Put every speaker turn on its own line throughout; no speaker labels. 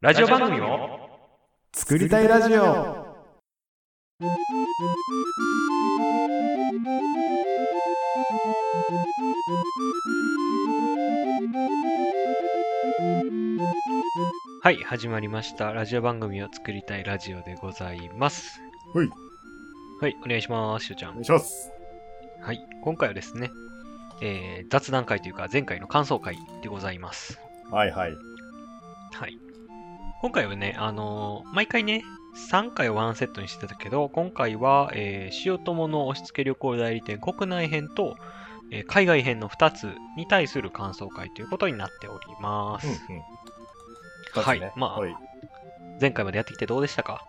ラジオ番組を
作りたいラジオ
はい、始まりました。ラジオ番組を作りたいラジオでございます。
ほい。
はい、お願いします、しゅうちゃ
お
ん
願い。します
はい、今回はですね、えー、雑談会というか、前回の感想会でございます。
はいはい
はい。今回はね、あのー毎回ね、3回をワンセットにしてたけど、今回は、えー、塩友の押し付け旅行代理店国内編と、えー海外編の2つに対する感想会ということになっております。
うんうん
はい
二つね、
まあ
ほいい
前回までやってきてどうでしたか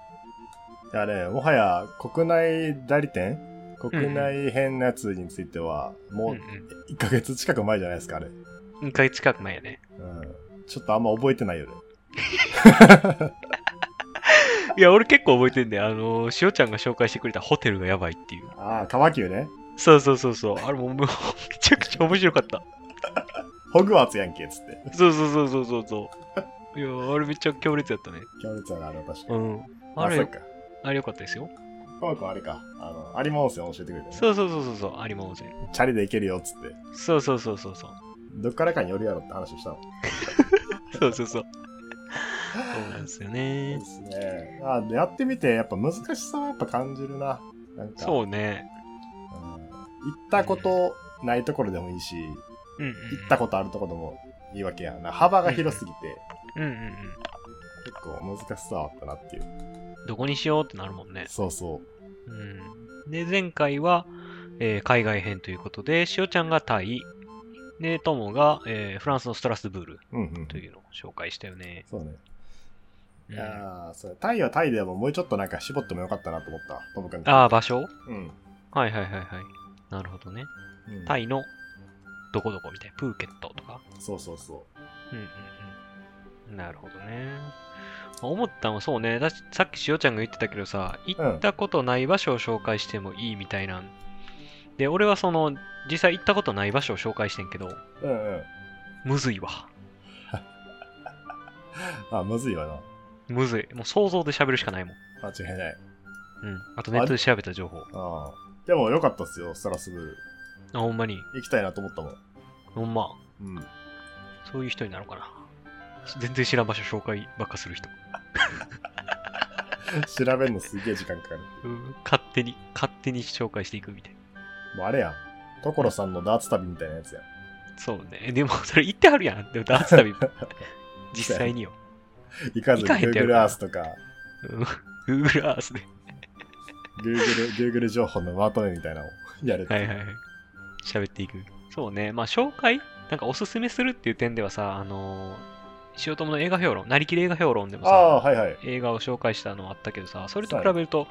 やねもはや国内代理店国内編のやつについては、も
うん
う1ヶ月近く前じゃないですかあれ、う
うん。2回近く前やね。
ん、ちょっとあんま覚えてないよね
いや、俺結構覚えてんだよ。あのー、塩ちゃんが紹介してくれたホテルがやばいっていう。
ああ川急ね
そうそうそうそう。あれもう、もうめちゃくちゃ面白かった。
ホグワーツやんけっつって
そうそうそうそうそうそう。いや、あれめっちゃ強烈やったね。
強烈だなあの確か
う
に、
ん。
あ
あ
そっ
れ、
か
あれよかったですよ。
この子あれかあの有馬温泉教えてくれた、ね、
そうそうそうそうそう、有馬温泉。
チャリで行けるよっつって
そうそうそうそうそう。
どっからかに寄るやろって話をしたの
そうそうそう。そうなんですよ
そう
ね
で。すね。あでやってみて、やっぱ難しさはやっぱ感じるな。なんか、
そううね。
ん行ったことないところでもいいし、行
うん、うん。
ったことあるところでもいいわけやな。幅が広すぎて、
うんうんう
結構難しさはあったなっていう。
ん。どこにしようってなるもんね。
そうそう。
うん。で、前回は、えー海外編ということで、しおちゃんがタイ、で、ともが、えーフランスのストラスブール
うんうん
と。いうのを紹介したよね。
そうね。
う
い
ん
やーそうタイはタイでももうちょっとなんか絞ってもよかったなと思ったわ。トム君。
ああ、場所
うん。
はいはいはいはい。なるほどね。
うん
タイのどこどこみたいな。プーケットとか。
そうそうそ
うんうんうん。なるほどね。まあ思ったのはそうね。だしさっきしおちゃんが言ってたけどさ、行ったことない場所を紹介してもいいみたいなん。で、俺はその、実際行ったことない場所を紹介してんけど、
う。うんうん。
むずいわ。
あ、むずいわな。
むずい。もう想像で喋るしかないもん。
間違いない。
うん。あとネットで調べた情報。
あーでもよかったっすよ、ストラスブール。
あ、ほんまに。
行きたいなと思ったもん。
ほんま。
うん。
そういう人になるかな。全然知らん場所紹介ばっかする人。
調べるのすげえ時間かかる。
うん。勝手に、勝手に紹介していくみたいな。
もうあれやん。所さんのダーツ旅みたいなやつやん。
そうね。でも、それ言ってはるやん。でも、ダーツ旅。 実際によ。
行かずに
行かへんってや
Google
る
Earth とか、
うん。Google Earth で。
Google、Google 情報のまとめみたいな のをやる。
はいはいはい。喋っていく。そうね。まあ、紹介なんかおすすめするっていう点ではさ、あのー、塩友の映画評論、なりきり映画評論でも
あ
さ、
あ、はいはい。
映画を紹介したのはあったけどさ、それと
そう
比
やね
べると、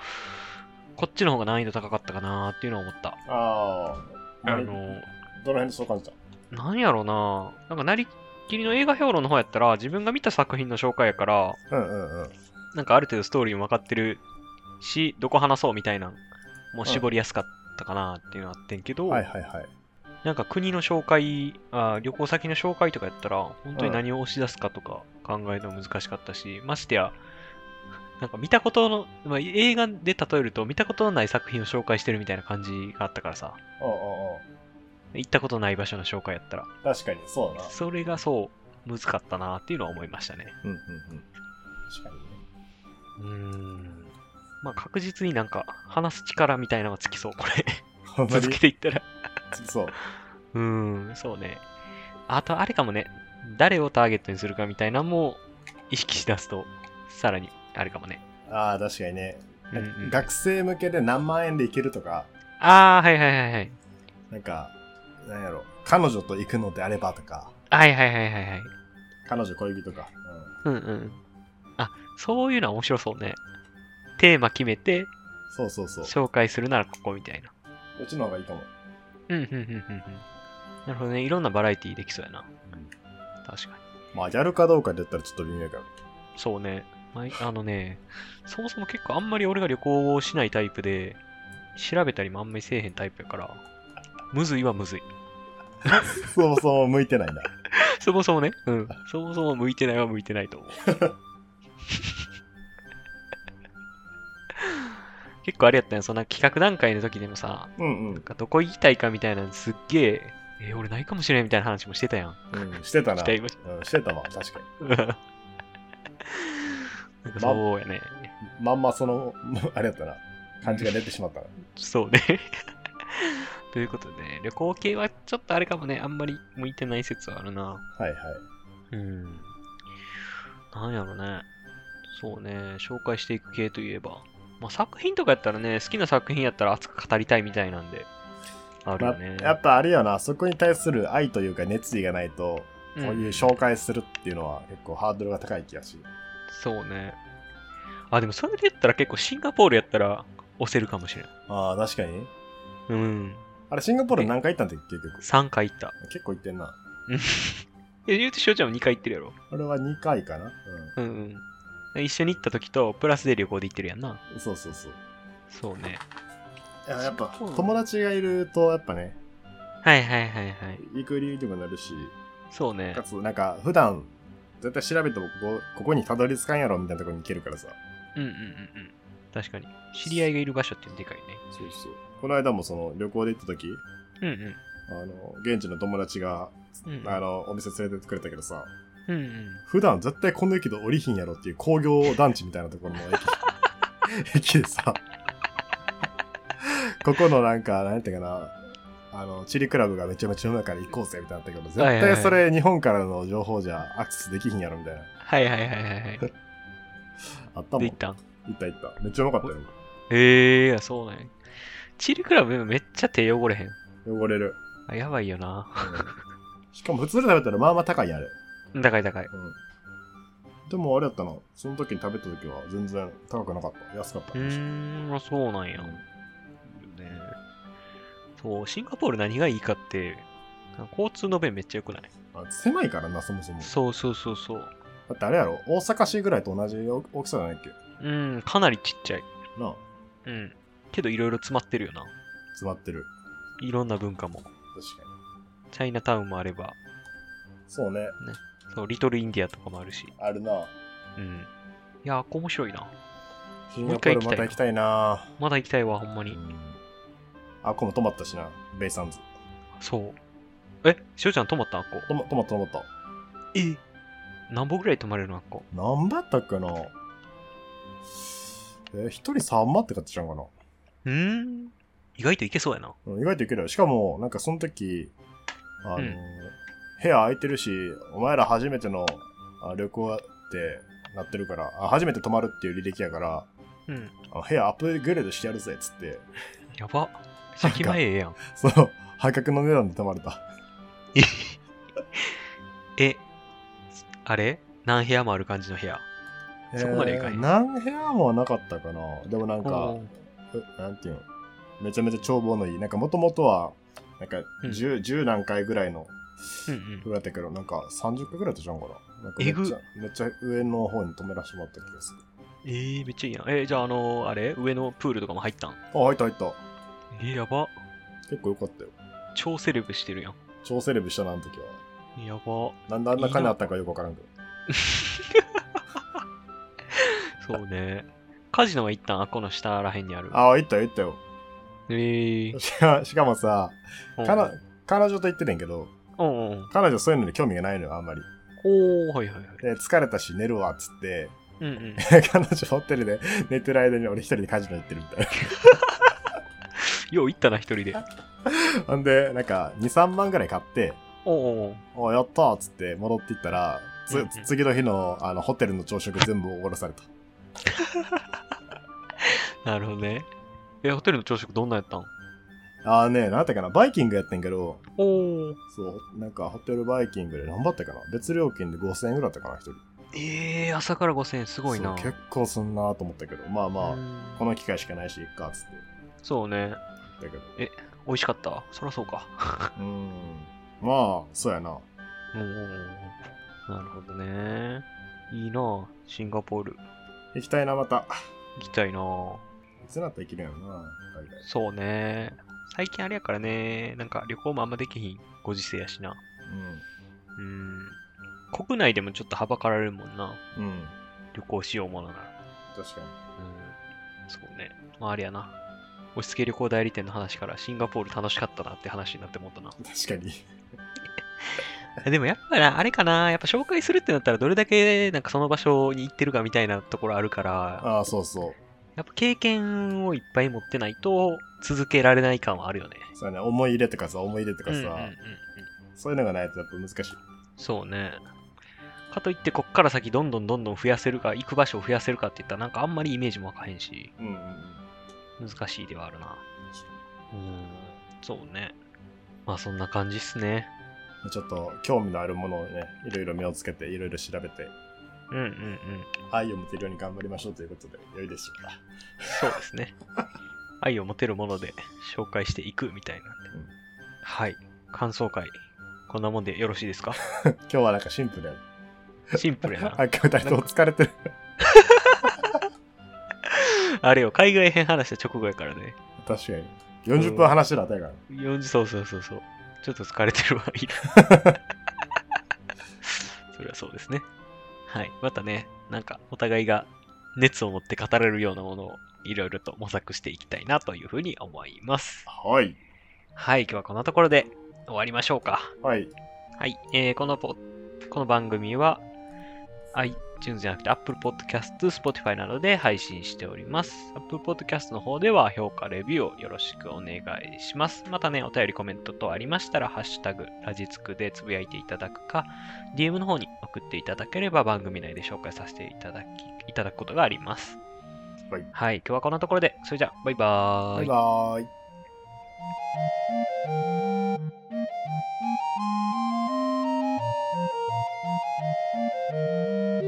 こっちの方が難易度高かったかなーっていうのは思った。
あ
あ
あ、
の
どの
ー、
辺でそう感じた
なんやろななんかなりきりの映画評論の方やったら、自分が見た作品の紹介やから、
うんうんうん。
なんかある程度ストーリーも分かってるし、どこ話そうみたいなんもう絞りやすかったかなっていうのはあってんけど、
はいはいはい。
なんか国の紹介あ、旅行先の紹介とかやったら、本当に何を押し出すかとか考えるの難しかったし、ましてや、なんか見たことの、まあ、映画で例えると見たことのない作品を紹介してるみたいな感じがあったからさ、
おうおう
行ったことない場所の紹介やったら、
おう確かに、そうだな。
それがそう、難かったなっていうのは思いましたね。
うんうんうん。確かにね。
うーん。まあ確実になんか話す力みたいなのがつきそう、これ。
ほんま
続
に
け、ていったら。
そう。
うーん、そうね。あと、あれかもね。誰をターゲットにするかみたいなのも意識しだすと、さらに、あれかもね。
ああ、確かにね。
うんうん、
学生向けで何万円で行けるとか、
ああ、はいはいはいはい。
なんか、なんやろ、彼女と行くのであればとか、
はいはいはいはいはい。
彼女恋人か。
うんうん。あ、そういうのは面白そうね。テーマ決めて、
うん。そうそうそう。
紹介するならここみたいな。
うちの方がいいかも。
うんうんうんうんうん。なるほどね。いろんなバラエティできそうやな。確かに。
まあ、やるかどうかで言ったらちょっと微妙やから。
そうね。まいあのね、そもそも結構あんまり俺が旅行をしないタイプで、調べたりもあんまりせえへんタイプやから、むずいはむずい。
そもそも向いてないんだ。
そもそもね、うん。そもそも向いてないは向いてないと思う。結構あれやったんや、そんな企画段階の時でもさ、
うんう
なんん。かどこ行きたいかみたいなのすっげえ、えー俺ないかもしれんみたいな話もしてたやん。
うん、してたな。
していまし
うん、してたわ、確かに。
なんかそうやね。
まんまその、 あれやったな。感じが出てしまったな。
そうね。ということで、旅行系はちょっとあれかもね、あんまり向いてない説はあるな。
はいはい。
うん。なんやろね。そうね、紹介していく系といえば。まあ、作品とかやったらね、好きな作品やったら熱く語りたいみたいなんで、ある
ま
よ
あ
ね。
やっぱあれよな、そこに対する愛というか熱意がないと、こういう紹介するっていうのは結構ハードルが高い気がし。
そうね。あ、でもそれで言ったら結構シンガポールやったら押せるかもしれん。
ああ、確かに。
うん。
あれ、シンガポール何回行ったんだっけ、結局。
3回行った。
結構行ってんな。
うんえ、言うてしょうちゃんも2回行ってるやろ。
俺は2回かな。
うんうん。一緒に行った時と、プラスで旅行で行ってるやんな。
うん。そうそうそう。
そうね。
いややっぱ、
そう
友達がいると、やっぱね、
はいはいはいはい。
行く理由にもなるし、
そうね
か。つ、なんか、普段、絶対調べてもここ、ここにたどり着かんやろみたいなところに行けるからさ。
うんうんうんうん。確かに。知り合いがいる場所ってでかいね。
そうそう。この間もその、旅行で行った時、
うんうん。
あの、現地の友達が、
うんうん
あの、お店連れてってくれたけどさ、
うんうん。
普段絶対この駅で降りひんやろっていう工業団地みたいなところの 駅駅でさここのなんかなんていうかなあのチリクラブがめちゃめちゃうまいから行こうぜみたいなったけど絶
はいはいは
対
い
それ日本からの情報じゃアクセスできひんやろみたいな
はいはいはいはいはい。で
あったも
行っ
ん行った
たん
行っためっちゃうまかったよ
へえー、そうなんやチリクラブめっちゃ手汚れへん。
汚れ る、
あやばいよな。
うんしかも普通で食べたらまあまあ高いやんあれ、
高い高い。
うん、でもあれやったなその時に食べた時は全然高くなかった安かった
うーん、あそうなんや。ねそう、シンガポール何がいいかって、交通の便めっちゃ良くない
あ狭いからなそもそも
そうそうそうそう。
だってあれやろ大阪市ぐらいと同じ大きさじゃないっけ
うん、かなりちっちゃい。
なあ
うん。けどいろいろ詰まってるよな。
詰まってる
いろんな文化も。
確か
チャイナタウンもあれば、
にそうね
そう、リトルインディアとかもあるし。
あるな
うん。いやー、ここ面白いな。
シンガポールまた行きたいな
まだ行きたいわ、ほんま
う
に。
んあこも止まったしなベイサンズ
そう。え、しおちゃん泊まったあっこ。
止ま止まった止まった
え何本ぐらい泊まれるのあっこ。
何だったっけなえー、1人3万って買ってちゃうんかな、
うーん。意外といけそうやな。
うん、意外といけるよしかもなんかその時あの、
うん
部屋空いてるしお前ら初めてのあ旅行ってなってるからあ初めて泊まるっていう履歴やから
うん。
あ部屋アップグレードしてやるぜっつって
やば。席前ええやん。
そう、破格の値段で泊まれた。
え、あれ何部屋もある感じの部屋。そこまでいかへん
えー何部屋もなかったかな。でもなんか
おー、
うなんていうの、めちゃめちゃ眺望のいい。なんかもともとは、なんか
うん
10,、10何回ぐらいの
うんうん。
風呂やったけど、なんか30回ぐらいだったじゃんかな。なんかめ
え
っ
ぐ
ちゃめっちゃ上の方に泊めらせてもらった気がする。
えー、めっちゃいいやん。えーじゃあ、あのーあれ上のプールとかも入ったん
あ、入った入った。
えーやば。
結構良かったよ。
超セレブしてるやん。
超セレブしたな、あの時は。
やば。
なんであんな金あったんかよくわからんけど。
そうね。カジノは一旦あこの下らへんにある。
あ、行ったよ行ったよ。
えー。
しかしかもさ、
うん
かな彼女と言ってたんやけど、
うんうん。
彼女そういうのに興味がないのよ、あんまり。
おー、はいはいはい。
で疲れたし寝るわっつって
うんうん。
彼女ホテルで 寝てる間に俺一人でカジノ行ってるみたい
よう行ったな、一人で。
なほんでなんか23万ぐらい買って
おうおう
「おやった!」っつって戻っていったら
う
つ
んうん
次の日のあのホテルの朝食全部おごらされた
なるほどね。え、ホテルの朝食どんなやったん
ああね何だったかなバイキングやってんけど
おー。
そうなんかホテルバイキングで何だったかな別料金で5000円ぐらいだったかな一人
えー、朝から5000円、すごいな。
そう結構すんなと思ったけどまあまあ、
うん
この機会しかないしいっかっつって
そうね。
だけど
え美味しかった。そらそうか。
うーんまあそうやな
おー。なるほどね。いいなシンガポール。
行きたいなまた
行きたいない
つなったら行けるやろな海外
そうね。最近あれやからね、なんか旅行もあんまできひんご時世やしな。
うん
うん。国内でもちょっとはばかられるもんな。
うん。
旅行しようものなら。
確かに。
うん、そうね。まあ、あれやな。押し付け旅行代理店の話からシンガポール楽しかったなって話になってもったな。
確かに。
でもやっぱりあれかな、やっぱ紹介するってなったらどれだけなんかその場所に行ってるかみたいなところあるから、
ああ、そうそう。
やっぱ経験をいっぱい持ってないと続けられない感はあるよね。
そうやね、思い入れとかさ、思い入れとかさ、
うんうんうんうん
そういうのがないとやっぱ難しい。
そうね。かといってこっから先どんどんどんどん増やせるか、行く場所を増やせるかっていったらなんかあんまりイメージもわかへんし、
うんうんうん。
難しいではあるな。うん、そうね。まあそんな感じっすね。
ちょっと興味のあるものをね、いろいろ目をつけて、いろいろ調べて、
うんうんうん。
愛を持てるように頑張りましょうということで、良いでしょうか。
そうです ね。愛を持てるもので紹介していくみたいなんで。
うん
はい。感想会。こんなもんでよろしいです か
今日はなんかシンプルやね。
シンプルやな。
あ、今日二人とも疲れてる。
あれよ、海外編話した直後やからね。
確かに。40分話してるあたりから。
40そうそうそうそう。ちょっと疲れてるわ、いる。それはそうですね。はい。またね、なんかお互いが熱を持って語れるようなものをいろいろと模索していきたいなというふうに思います。
はい。
はい。今日はこんなところで終わりましょうか。
はい。
はい、えーこのポこの番組は iTunes じゃなくて Apple Podcast、Spotify などで配信しております。Apple Podcast の方では評価、レビューをよろしくお願いします。またね、お便り、コメント等ありましたら、ハッシュタグ、ラジツクでつぶやいていただくか、DM の方に送っていただければ番組内で紹介させていただき、いただくことがあります。
はい
今日はこんなところで、それじゃあ、バイバー
バイバー
「
イ。